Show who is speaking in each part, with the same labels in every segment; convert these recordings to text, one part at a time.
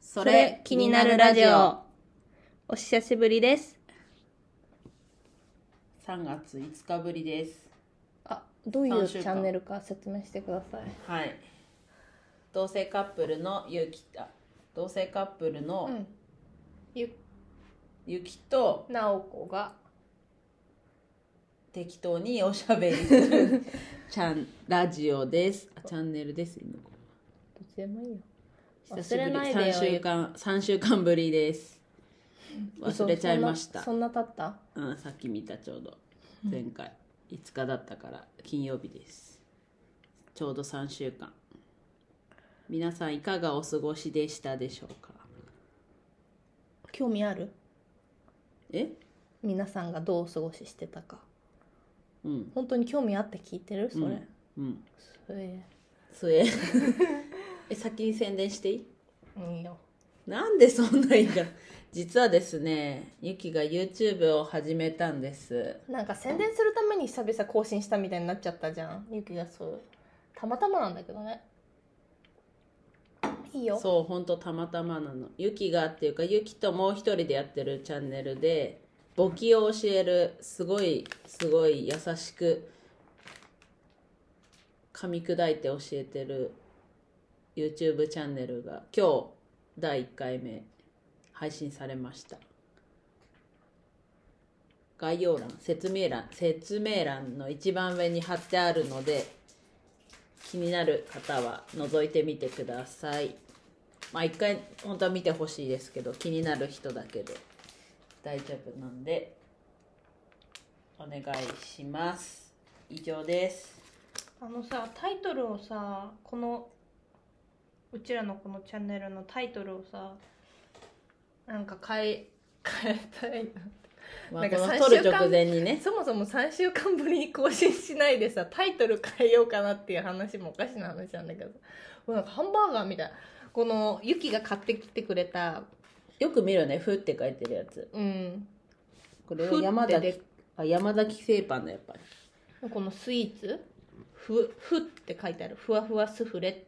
Speaker 1: それ気になるラジオ。
Speaker 2: お久しぶりです。
Speaker 1: 3月5日ぶりです
Speaker 2: あ、どうい
Speaker 1: 三
Speaker 2: う
Speaker 1: 週
Speaker 2: チ
Speaker 1: 間
Speaker 2: ャンネルか説明してください。
Speaker 1: はい同性カップルのゆきあ同性カップルの
Speaker 2: うん。ゆ、
Speaker 1: ゆきと
Speaker 2: なおこが。
Speaker 1: 適当におしゃべりするちゃんラジオですあチャンネルです今
Speaker 2: どっちでもいいよ。
Speaker 1: 久しぶり
Speaker 2: 忘れないでよ
Speaker 1: 3週間三週間ぶりです忘れちゃいました
Speaker 2: そんなそんな経った
Speaker 1: うん、さっき見たちょうど前回5日だったから金曜日ですちょうど3週間皆さんいかがお過ごしでしたでしょうか
Speaker 2: 興味ある
Speaker 1: え
Speaker 2: 皆さんがどうお過ごししてたか。
Speaker 1: うん
Speaker 2: 本当に興味あって聞いてるそれ。
Speaker 1: うん
Speaker 2: それ
Speaker 1: それ え先に宣伝していい
Speaker 2: いいよ。
Speaker 1: なんでそんな言い方実はですねゆきが YouTube を始めたんです
Speaker 2: なんか宣伝するために久々更新したみたいになっちゃったじゃん。ゆきがそう。たまたまなんだけどね。いいよ。
Speaker 1: そうほんとたまたまなのゆきがっていうかゆきともう一人でやってるチャンネルで簿記を教えるすごいすごい優しく噛み砕いて教えてる YouTube チャンネルが今日第1回目配信されました概要欄説明欄説明欄の一番上に貼ってあるので気になる方は覗いてみてくださいまあ一回本当は見てほしいですけど気になる人だけで大丈夫なんでお願いします以上です
Speaker 3: あのさタイトルをさこのうちらのこのチャンネルのタイトルをさなんか変え 変えたい
Speaker 1: ま
Speaker 3: な
Speaker 1: あ、
Speaker 3: んか
Speaker 1: この
Speaker 3: 三
Speaker 1: 撮る
Speaker 3: 週間
Speaker 1: 直前に
Speaker 3: な
Speaker 1: ね
Speaker 3: そもそも3週間ぶりに更新しないでさタイトル変えようかなっていう話もおかしな話なんだけどもうなんかハンバーガーみたいなこのユキが買ってきてくれた
Speaker 1: よく見るよね「ふ」って書いてるやつ
Speaker 3: うん
Speaker 1: これ
Speaker 3: ふっ
Speaker 1: は
Speaker 3: て
Speaker 1: 山
Speaker 3: で
Speaker 1: 崎あ山崎製パンだやっぱり
Speaker 3: このスイーツふふって書いてあるふわふわスフレ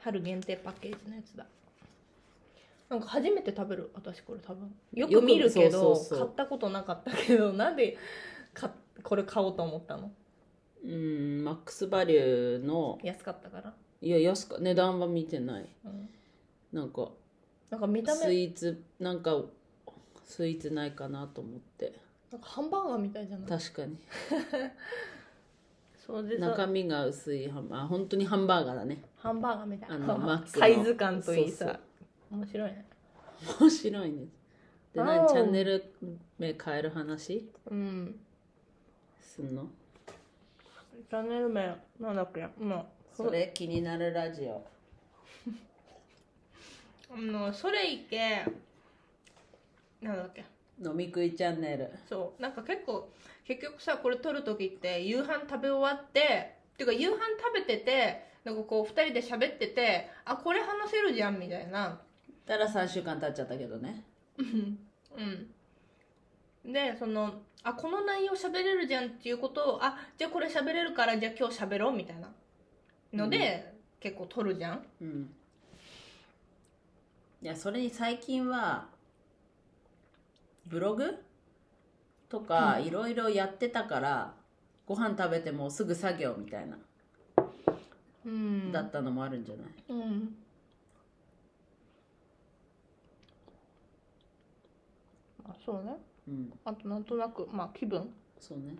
Speaker 3: 春限定パッケージのやつだなんか初めて食べる私これ多分よ
Speaker 1: よ
Speaker 3: く
Speaker 1: く
Speaker 3: 見るけど
Speaker 1: そうそうそう
Speaker 3: 買ったことなかったけど なんでかこれ買おうと思ったの
Speaker 1: うーんマックスバリューの
Speaker 3: 安かったから、
Speaker 1: いや安か値段は見てない
Speaker 3: うん、
Speaker 1: なんか
Speaker 3: なんか見た
Speaker 1: ス
Speaker 3: 目
Speaker 1: イーツなんかスイーツないかなと思って
Speaker 3: なんかハンバーガーみたいじゃない
Speaker 1: 確かに
Speaker 3: そうで
Speaker 1: 中
Speaker 3: さ
Speaker 1: 身が薄いハンバーあ本当にハンバーガーだね
Speaker 3: ハンバーガーみたい
Speaker 1: あ
Speaker 3: な
Speaker 1: のマックの
Speaker 3: サイズ感といいさ
Speaker 1: そう
Speaker 3: 面白いね
Speaker 1: 面白いねで
Speaker 3: あ
Speaker 1: 何
Speaker 3: ー
Speaker 1: チャンネル名変える話
Speaker 3: うん
Speaker 1: すんの
Speaker 3: チャンネル名なんだっけうん
Speaker 1: それ気になるラジオ
Speaker 3: あのそれいけなんだっけ
Speaker 1: 飲み食いチャンネル
Speaker 3: そうなんか結構結局さこれ撮る時って夕飯食べ終わってっていうか夕飯食べててなんかこう2人で喋っててあこれ話せるじゃんみたいな
Speaker 1: たら3週間経っちゃったけどね
Speaker 3: うんでそのあこの内容喋れるじゃんっていうことをあじゃあこれ喋れるからじゃあ今日喋ろうみたいなので、結構撮るじゃん
Speaker 1: うんいやそれに最近はブログとかいろいろやってたから、ご飯食べてもうすぐ作業みたいな、
Speaker 3: うん
Speaker 1: だったのもあるんじゃない
Speaker 3: うんあそうね
Speaker 1: うん
Speaker 3: あとなんとなくまあ気分
Speaker 1: そうね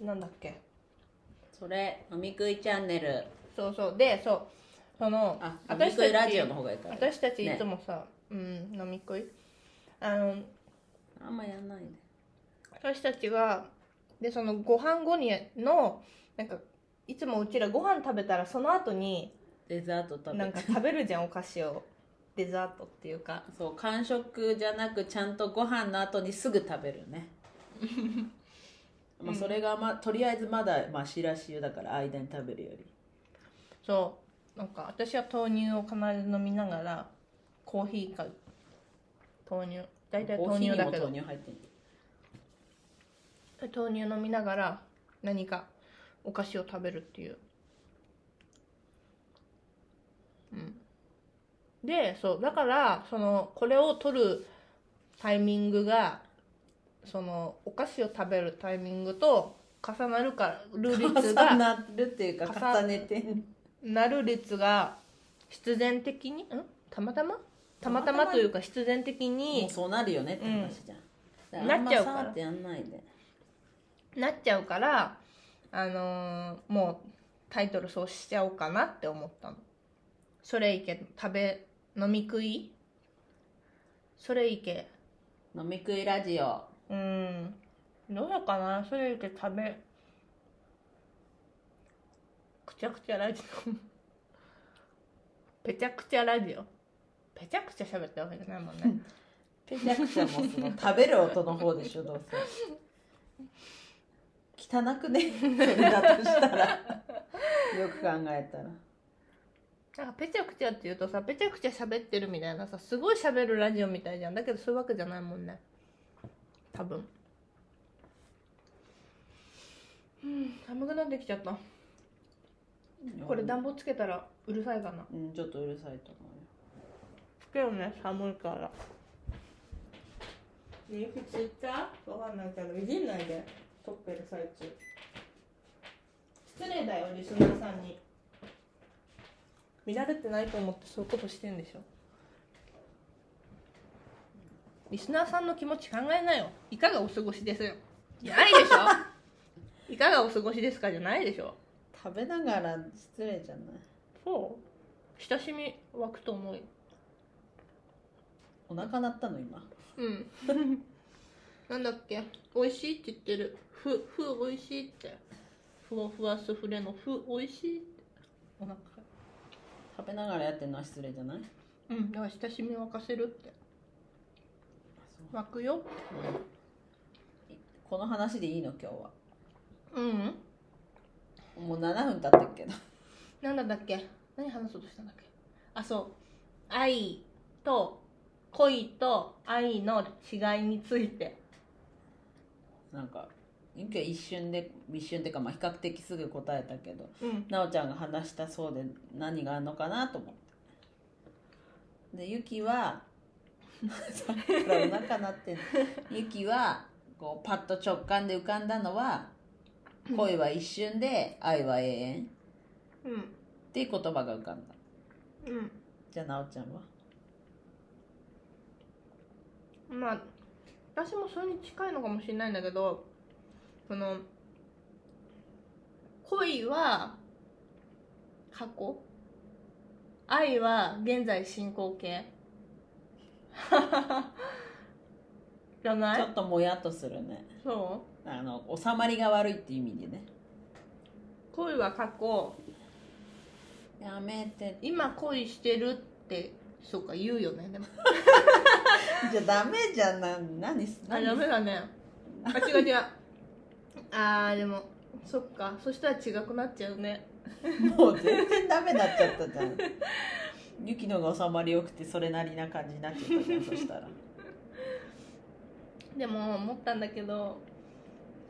Speaker 3: なんだっけ
Speaker 1: それ飲み食いチャンネル
Speaker 3: そうそうでそうその
Speaker 1: あ飲み
Speaker 3: 私
Speaker 1: 食い
Speaker 3: た
Speaker 1: ラ
Speaker 3: ち
Speaker 1: ジオの方がいいから
Speaker 3: 私たち
Speaker 1: ね
Speaker 3: いつもさ、うん飲み食いあの
Speaker 1: あんまやんないね
Speaker 3: 私たちがでそのご飯後にのなんかいつもうちらご飯食べたらその後に
Speaker 1: デザート食べ
Speaker 3: なんか食べるじゃんお菓子をデザートっていうか
Speaker 1: そう完食じゃなくちゃんとご飯の後にすぐ食べる ねまあそれが、まあ、とりあえずまだ、まあ、しらし湯だから間に食べるより
Speaker 3: そうなんか私は豆乳を必ず飲みながらコーヒーか豆乳大体豆乳だ
Speaker 1: コーヒーにも豆
Speaker 3: けど
Speaker 1: 乳入 ってんの
Speaker 3: 豆乳飲みながら何かお菓子を食べるっていううんでそうだからそのこれを取るタイミングがそのお菓子を食べるタイミングと重なる からる率
Speaker 1: 重
Speaker 3: が
Speaker 1: なるっていうか
Speaker 3: 重
Speaker 1: 重ねて
Speaker 3: なる率が必然的にんたまたまたまたまというか必然的
Speaker 1: も
Speaker 3: に
Speaker 1: うそうなるよねって話じゃん、
Speaker 3: うん
Speaker 1: だらあんま
Speaker 3: なっちゃうから
Speaker 1: さーってやんないで
Speaker 3: なっちゃうからあのーもうタイトルそうしちゃおうかなって思ったのそれいけ食べ飲み食いそれいけ
Speaker 1: 飲み食いラジオ
Speaker 3: うんどうかなそれいけ食べくちゃくちゃラジオ ぺちゃくちゃラジオぺちゃくちゃ喋ったわけじゃないもんね
Speaker 1: ペちゃくちゃもうその 食べる音の方でしょどうせ汚くねそれだとしたらよく考えたら
Speaker 3: なんかぺちゃくちゃっていうとさぺちゃくちゃ喋ってるみたいなさすごい喋るラジオみたいじゃんだけどそういうわけじゃないもんね多分うん寒くなってきちゃったこれ暖房つけたらうるさいかな
Speaker 1: うんちょっとうるさいと思うよ
Speaker 3: つけよね寒いからねゆきツイッターわかんないけどいじんないで撮ってる最中失礼だよリスナーさんに見られてないと思ってそういうことしてんでしょリスナーさんの気持ち考えなよいかがお過ごしですよじゃないでし ょいかがお過ごしですかじゃないでしょ
Speaker 1: 食べながら失礼じゃない
Speaker 3: そう親しみ湧くと思うよ
Speaker 1: お腹鳴ったの今
Speaker 3: うん。 なんだっけ、美味しいって言ってる。ふ、ふ、美味しいって。ふわふわスフレのふ、美味しいって。お腹。
Speaker 1: 食べながらやってるのは失礼じゃない
Speaker 3: うん、だから親しみ沸かせるって。沸くよ。
Speaker 1: この話でいいの今日は
Speaker 3: うん。
Speaker 1: もう7分経ってるけど
Speaker 3: なんだっけ、何話そうとしたんだっけ。あ、そう。愛と恋と愛の違いについて。
Speaker 1: なんか今日一瞬で一瞬っていうかまあ比較的すぐ答えたけど
Speaker 3: うん。
Speaker 1: なおちゃんが話したそうで何があるのかなと思ってでゆきはさっきからお腹鳴ってんのゆきはこうパッと直感で浮かんだのは恋は一瞬で愛は永遠
Speaker 3: うん。
Speaker 1: っていう言葉が浮かんだ
Speaker 3: うん。
Speaker 1: じゃあなおちゃんは
Speaker 3: まあ私もそれに近いのかもしれないんだけどその恋は過去愛は現在進行形 じゃな
Speaker 1: ちょ
Speaker 3: い
Speaker 1: っともやっとするね
Speaker 3: そ
Speaker 1: あの収まりが悪いっていう意味でね
Speaker 3: う恋は過去
Speaker 1: やめて
Speaker 3: 今恋してるってそうか言うよねでも
Speaker 1: じゃあダメじゃんな何す
Speaker 3: あ
Speaker 1: 何
Speaker 3: ダメだねあ違う違うあーでもそっかそしたら違くなっちゃうね
Speaker 1: もう全然ダメになっちゃったじゃんユキのが収まりよくてそれなりな感じになっちゃったじゃんそしたら
Speaker 3: でも思ったんだけど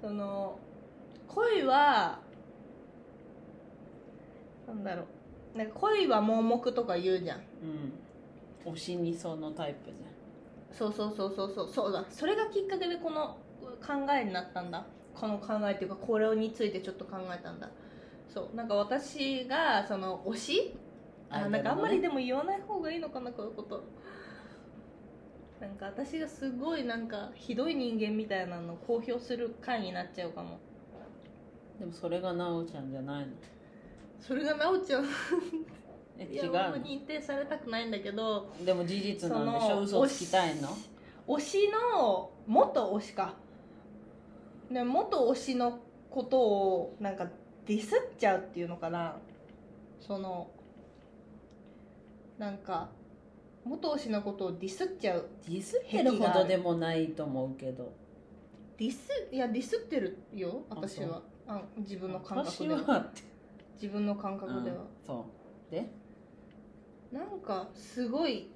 Speaker 3: その恋はなんだろうなんか恋は盲目とか言うじゃん
Speaker 1: うん推しにそのタイプじ
Speaker 3: そうそうそうそうそうそうだそれがきっかけでこの考えになったんだこの考えっていうかこれについてちょっと考えたんだそうなんか私がその推し
Speaker 1: ゃん
Speaker 3: あなんかあんまり
Speaker 1: で
Speaker 3: でも言わない方がいいのかなこういうことなんか私がすごいなんかひどい人間みたいなのを公表する回になっちゃうかも
Speaker 1: でもそれがなおちゃんじゃないの
Speaker 3: それがなおちゃん
Speaker 1: え
Speaker 3: い
Speaker 1: 違
Speaker 3: や
Speaker 1: う
Speaker 3: もう認定されたくないんだけど
Speaker 1: のでも事実なんでし
Speaker 3: そ
Speaker 1: ょ
Speaker 3: の
Speaker 1: 嘘つきたいの
Speaker 3: 推しの元推しかね元推しのことをなんかディスっちゃうっていうのかなそのなんか元推しのことをディスっちゃう
Speaker 1: ディスってるほどでもないと思うけど
Speaker 3: ディスいやディスってるよ私はあ自分の感覚
Speaker 1: 私
Speaker 3: では
Speaker 1: はって
Speaker 3: 自分の感覚では、
Speaker 1: そうで
Speaker 3: なんかすごい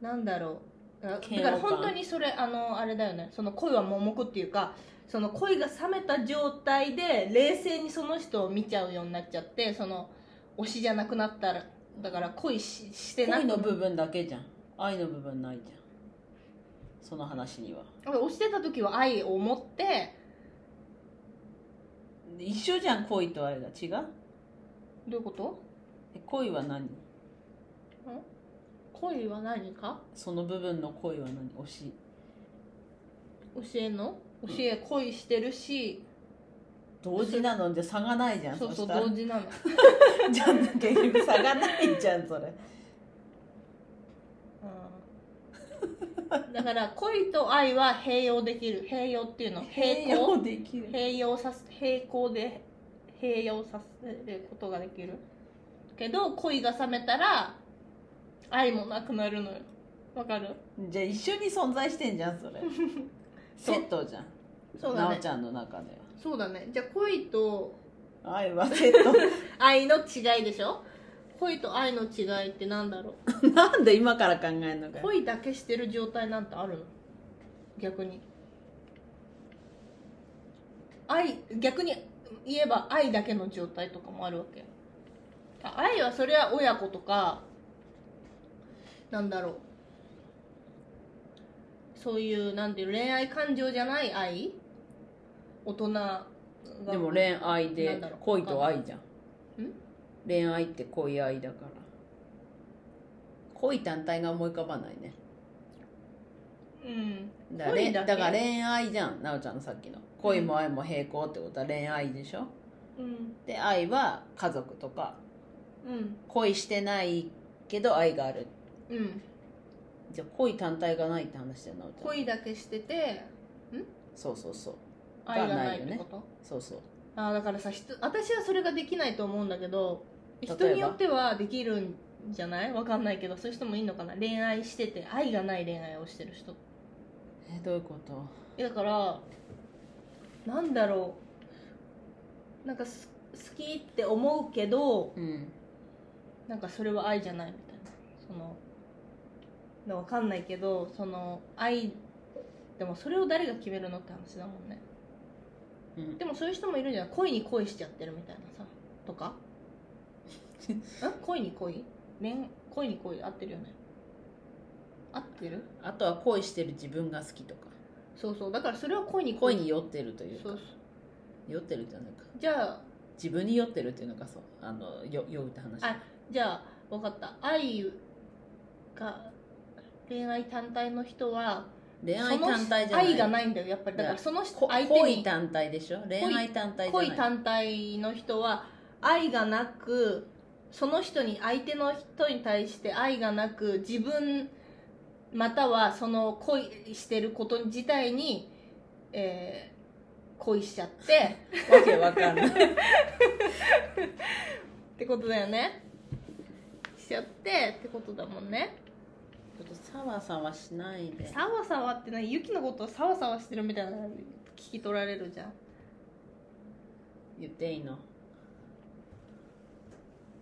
Speaker 3: なんだろうあ
Speaker 1: 嫌
Speaker 3: だ
Speaker 1: 悪
Speaker 3: か
Speaker 1: 感
Speaker 3: ら本当にそれあのあれだよねその恋は盲目っていうかその恋が冷めた状態で冷静にその人を見ちゃうようになっちゃってその推しじゃなくなったらだから恋ししてな
Speaker 1: 恋
Speaker 3: く
Speaker 1: の部分だけじゃん愛の部分ないじゃんその話には
Speaker 3: 押してた時は愛を持って
Speaker 1: 一緒じゃん恋と愛が違う
Speaker 3: どういうこと
Speaker 1: え恋は何
Speaker 3: 恋は何か
Speaker 1: その部分の恋は何推し
Speaker 3: 教えんの教え恋してるし、
Speaker 1: 同時なので差がないじゃん
Speaker 3: そうそ
Speaker 1: し
Speaker 3: う
Speaker 1: たら
Speaker 3: 同時なの
Speaker 1: じゃあ 結局差がないじゃんそれ
Speaker 3: うんだから恋と愛は併用できる併用っていうの
Speaker 1: 併
Speaker 3: 平行
Speaker 1: 用できる
Speaker 3: 併用さす平行で併用させることができるけど恋が冷めたら愛もなくなるのよわかる
Speaker 1: じゃあ一緒に存在してんじゃんそれセットじゃん
Speaker 3: そうだ
Speaker 1: なお
Speaker 3: ね
Speaker 1: ちゃんの中で
Speaker 3: そうだねじゃあ恋と
Speaker 1: は愛はセッ ト
Speaker 3: 愛の違いでしょ恋と愛の違いってなんだろう
Speaker 1: なんで今から考えるのかよ
Speaker 3: 恋だけしてる状態なんてあるの逆に愛逆に言えば愛だけの状態とかもあるわけあ愛はそれは親子とかなんだろうそういうなんていう恋愛感情じゃない愛大人が
Speaker 1: でも恋愛
Speaker 3: なん
Speaker 1: で
Speaker 3: だろう
Speaker 1: 恋と愛じゃん
Speaker 3: ん
Speaker 1: 恋愛って恋愛だから恋単体が思い浮かばないね
Speaker 3: うん
Speaker 1: だから
Speaker 3: 恋
Speaker 1: れ
Speaker 3: だ
Speaker 1: だ
Speaker 3: け
Speaker 1: から恋愛じゃんなおちゃんのさっきの恋も愛も平行ってことは恋愛でしょ
Speaker 3: うん
Speaker 1: で愛は家族とか
Speaker 3: うん
Speaker 1: 恋してないけど愛がある
Speaker 3: うん
Speaker 1: じゃあ恋単体がないって話だよなおちゃん
Speaker 3: 恋だけしてて
Speaker 1: そうそうそう
Speaker 3: 愛が
Speaker 1: が
Speaker 3: な
Speaker 1: ないい
Speaker 3: っ
Speaker 1: よ
Speaker 3: て
Speaker 1: ね
Speaker 3: こと、
Speaker 1: そうそう
Speaker 3: あーだからさひと私はそれができないと思うんだけど
Speaker 1: 例えば
Speaker 3: 人によってはできるんじゃないわかんないけどそういう人もいるのかな恋愛してて愛がない恋愛をしてる人
Speaker 1: えどういうこと
Speaker 3: えだからなんだろうなんかす好きって思うけど
Speaker 1: うん
Speaker 3: なんかそれは愛じゃないみたいなそのでわかんないけどその愛でもそれを誰が決めるのって話だもんね
Speaker 1: うん
Speaker 3: でもそういう人もいるんじゃない恋に恋しちゃってるみたいなさと かん恋に恋恋恋に恋合ってるよね合ってる
Speaker 1: あとは恋してる自分が好きとか
Speaker 3: そうそうだからそれは恋に
Speaker 1: 恋に酔ってるという
Speaker 3: そう
Speaker 1: か
Speaker 3: そう
Speaker 1: 酔ってるじゃないか
Speaker 3: じゃあ
Speaker 1: 自分に酔ってるっていうのかそうあのよ酔うって話
Speaker 3: あじゃあ分かった愛が恋愛単体の人は
Speaker 1: 恋
Speaker 3: そ
Speaker 1: 愛
Speaker 3: の
Speaker 1: 単体じゃない
Speaker 3: 愛が
Speaker 1: い
Speaker 3: ないんだよやっぱりだから
Speaker 1: だ
Speaker 3: その人相手
Speaker 1: 恋
Speaker 3: に
Speaker 1: 単体でしょ恋愛単体じゃない
Speaker 3: 恋単体の人は愛がなくその人に相手の人に対して愛がなく自分またはその恋してること自体に、えー恋しちゃって
Speaker 1: わけわかんない
Speaker 3: ってことだよねしちゃってってことだもんね
Speaker 1: ちょっとサワサワしないで
Speaker 3: サワサワってなユキのことをサワサワしてるみたいなのに聞き取られるじゃん
Speaker 1: 言っていいの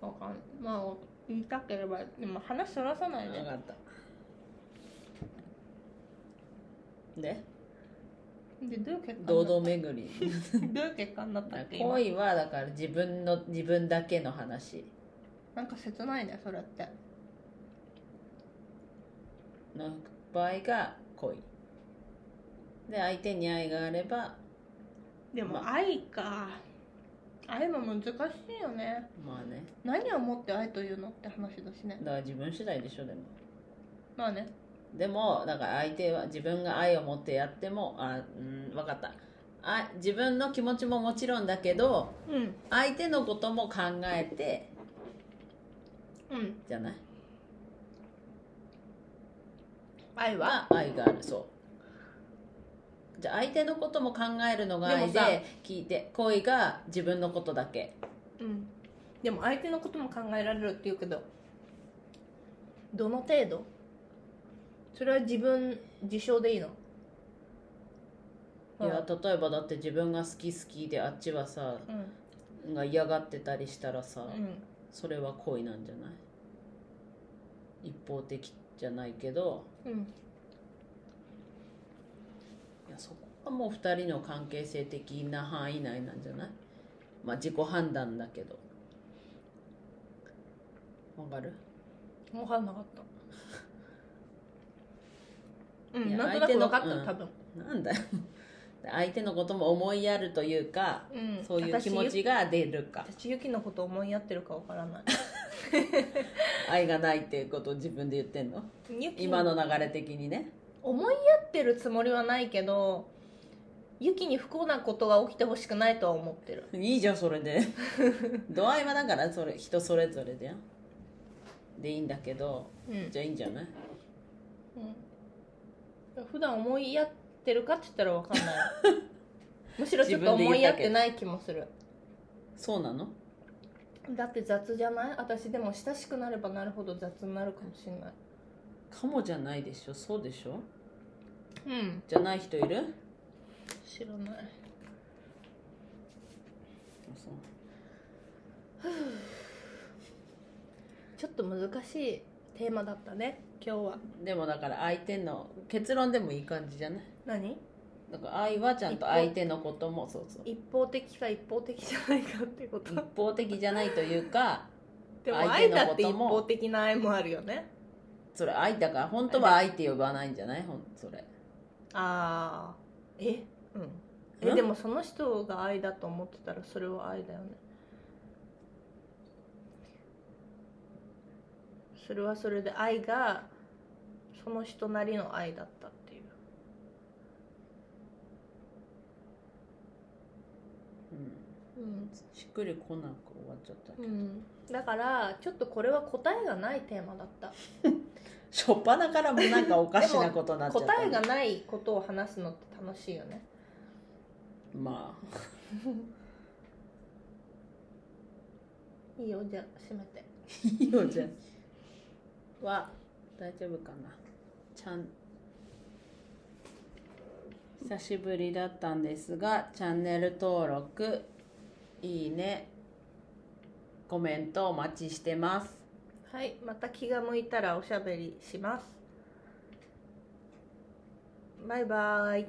Speaker 3: わかんないまあ言いたければでも話そらさないで
Speaker 1: 分かったで
Speaker 3: でどういう結果
Speaker 1: 堂
Speaker 3: になっ
Speaker 1: 々巡り
Speaker 3: どういう結果になったっけ今
Speaker 1: 恋はだから自分の自分だけの話
Speaker 3: なんか切ないねそれって
Speaker 1: の場合が恋で相手に愛があれば
Speaker 3: でも
Speaker 1: ま
Speaker 3: 愛か愛も難しいよね
Speaker 1: まあね
Speaker 3: 何をもって愛というのって話だしね
Speaker 1: だから自分次第でしょでも
Speaker 3: まあね
Speaker 1: でもだから相手は自分が愛を持ってやってもあうん分かったあ自分の気持ちももちろんだけど
Speaker 3: うん
Speaker 1: 相手のことも考えて
Speaker 3: うん
Speaker 1: じゃない
Speaker 3: 愛は
Speaker 1: は愛があるそうじゃあ相手のことも考えるのが愛
Speaker 3: でもさ
Speaker 1: で聞いて恋が自分のことだけ
Speaker 3: うんでも相手のことも考えられるっていうけどどの程度それは自分自称でいいの
Speaker 1: いや例えばだって自分が好き好きであっちはさ
Speaker 3: うん
Speaker 1: が嫌がってたりしたらさ、
Speaker 3: うん
Speaker 1: それは恋なんじゃない一方的じゃないけど
Speaker 3: うん
Speaker 1: いやそこはもう2人の関係性的な範囲内なんじゃないまあ自己判断だけどわかる
Speaker 3: 分かんなかったう
Speaker 1: いや
Speaker 3: んなんとなく分かった、
Speaker 1: 相手のうんな
Speaker 3: 多分
Speaker 1: んだよ 相手のことも思いやるというか、
Speaker 3: うん
Speaker 1: そういう気持ちが出るか
Speaker 3: 私ユキのこと思いやってるか分から ない
Speaker 1: 愛がないっていうことを自分で言ってんの
Speaker 3: ユキ
Speaker 1: 今の流れ的にね
Speaker 3: 思いやってるつもりはないけどユキに不幸なことが起きてほしくないとは思ってる
Speaker 1: いいじゃんそれで 度合いはだからそれ人それぞれじゃんでいいんだけど
Speaker 3: うん
Speaker 1: じゃあいいんじゃない
Speaker 3: うん、普段思いやってるかって言ったら分かんない むしろちょっと思いやってない気もする
Speaker 1: そうなの
Speaker 3: だって雑じゃない私でも親しくなればなるほど雑になるかもしれない
Speaker 1: かもじゃないでしょそうでしょ
Speaker 3: うん
Speaker 1: じゃない人いる
Speaker 3: 知らない
Speaker 1: そう
Speaker 3: ちょっと難しいテーマだったね今日は
Speaker 1: でもだから相手の結論でもいい感じじゃない
Speaker 3: 何
Speaker 1: だから愛はちゃんと相手のこともそうそう
Speaker 3: 一方的か一方的じゃないかってこと
Speaker 1: 一方的じゃないというか
Speaker 3: でも
Speaker 1: 相
Speaker 3: 愛
Speaker 1: 手の
Speaker 3: だって
Speaker 1: こ
Speaker 3: 一
Speaker 1: とも
Speaker 3: 方的な愛もあるよね
Speaker 1: それ愛だから本当は愛って呼ばないんじゃないほんそれ
Speaker 3: ああえうん
Speaker 1: う
Speaker 3: え
Speaker 1: ん
Speaker 3: でもその人が愛だと思ってたらそれは愛だよねそれはそれで愛がその人なりの愛だったっていう
Speaker 1: うん
Speaker 3: うん、
Speaker 1: しっくりこなく終わっちゃった
Speaker 3: だからちょっとこれは答えがないテーマだった
Speaker 1: 初っ端からもうなんかおかしなことになっちゃった
Speaker 3: 答えがないことを話すのって楽しいよね
Speaker 1: まあ
Speaker 3: いいよじゃあ閉めて
Speaker 1: いいよじゃあ は大丈夫かなちゃん久しぶりだったんですがチャンネル登録いいねコメントお待ちしてます
Speaker 3: はいまた気が向いたらおしゃべりしますバイバーイ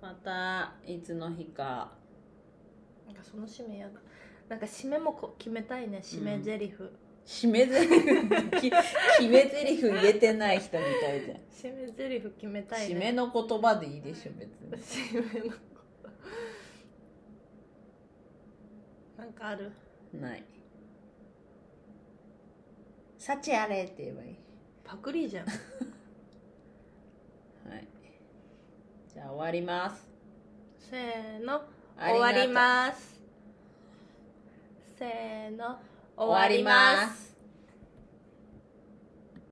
Speaker 1: またいつの日か
Speaker 3: なんかその締めやだなんか締めもこ決めたいね締め台詞、
Speaker 1: 締め台詞き決め台詞言えてない人みたいじゃん
Speaker 3: 締め台詞決めたいね
Speaker 1: 締めの言葉でいいでしょ別に
Speaker 3: 締めのなんかある
Speaker 1: ない「幸あれ」って言えばいい
Speaker 3: パクリじゃん
Speaker 1: はいじゃあ終わります
Speaker 3: せーの
Speaker 1: ありが
Speaker 3: 終わ
Speaker 1: とう
Speaker 3: りますせーの
Speaker 1: 終わります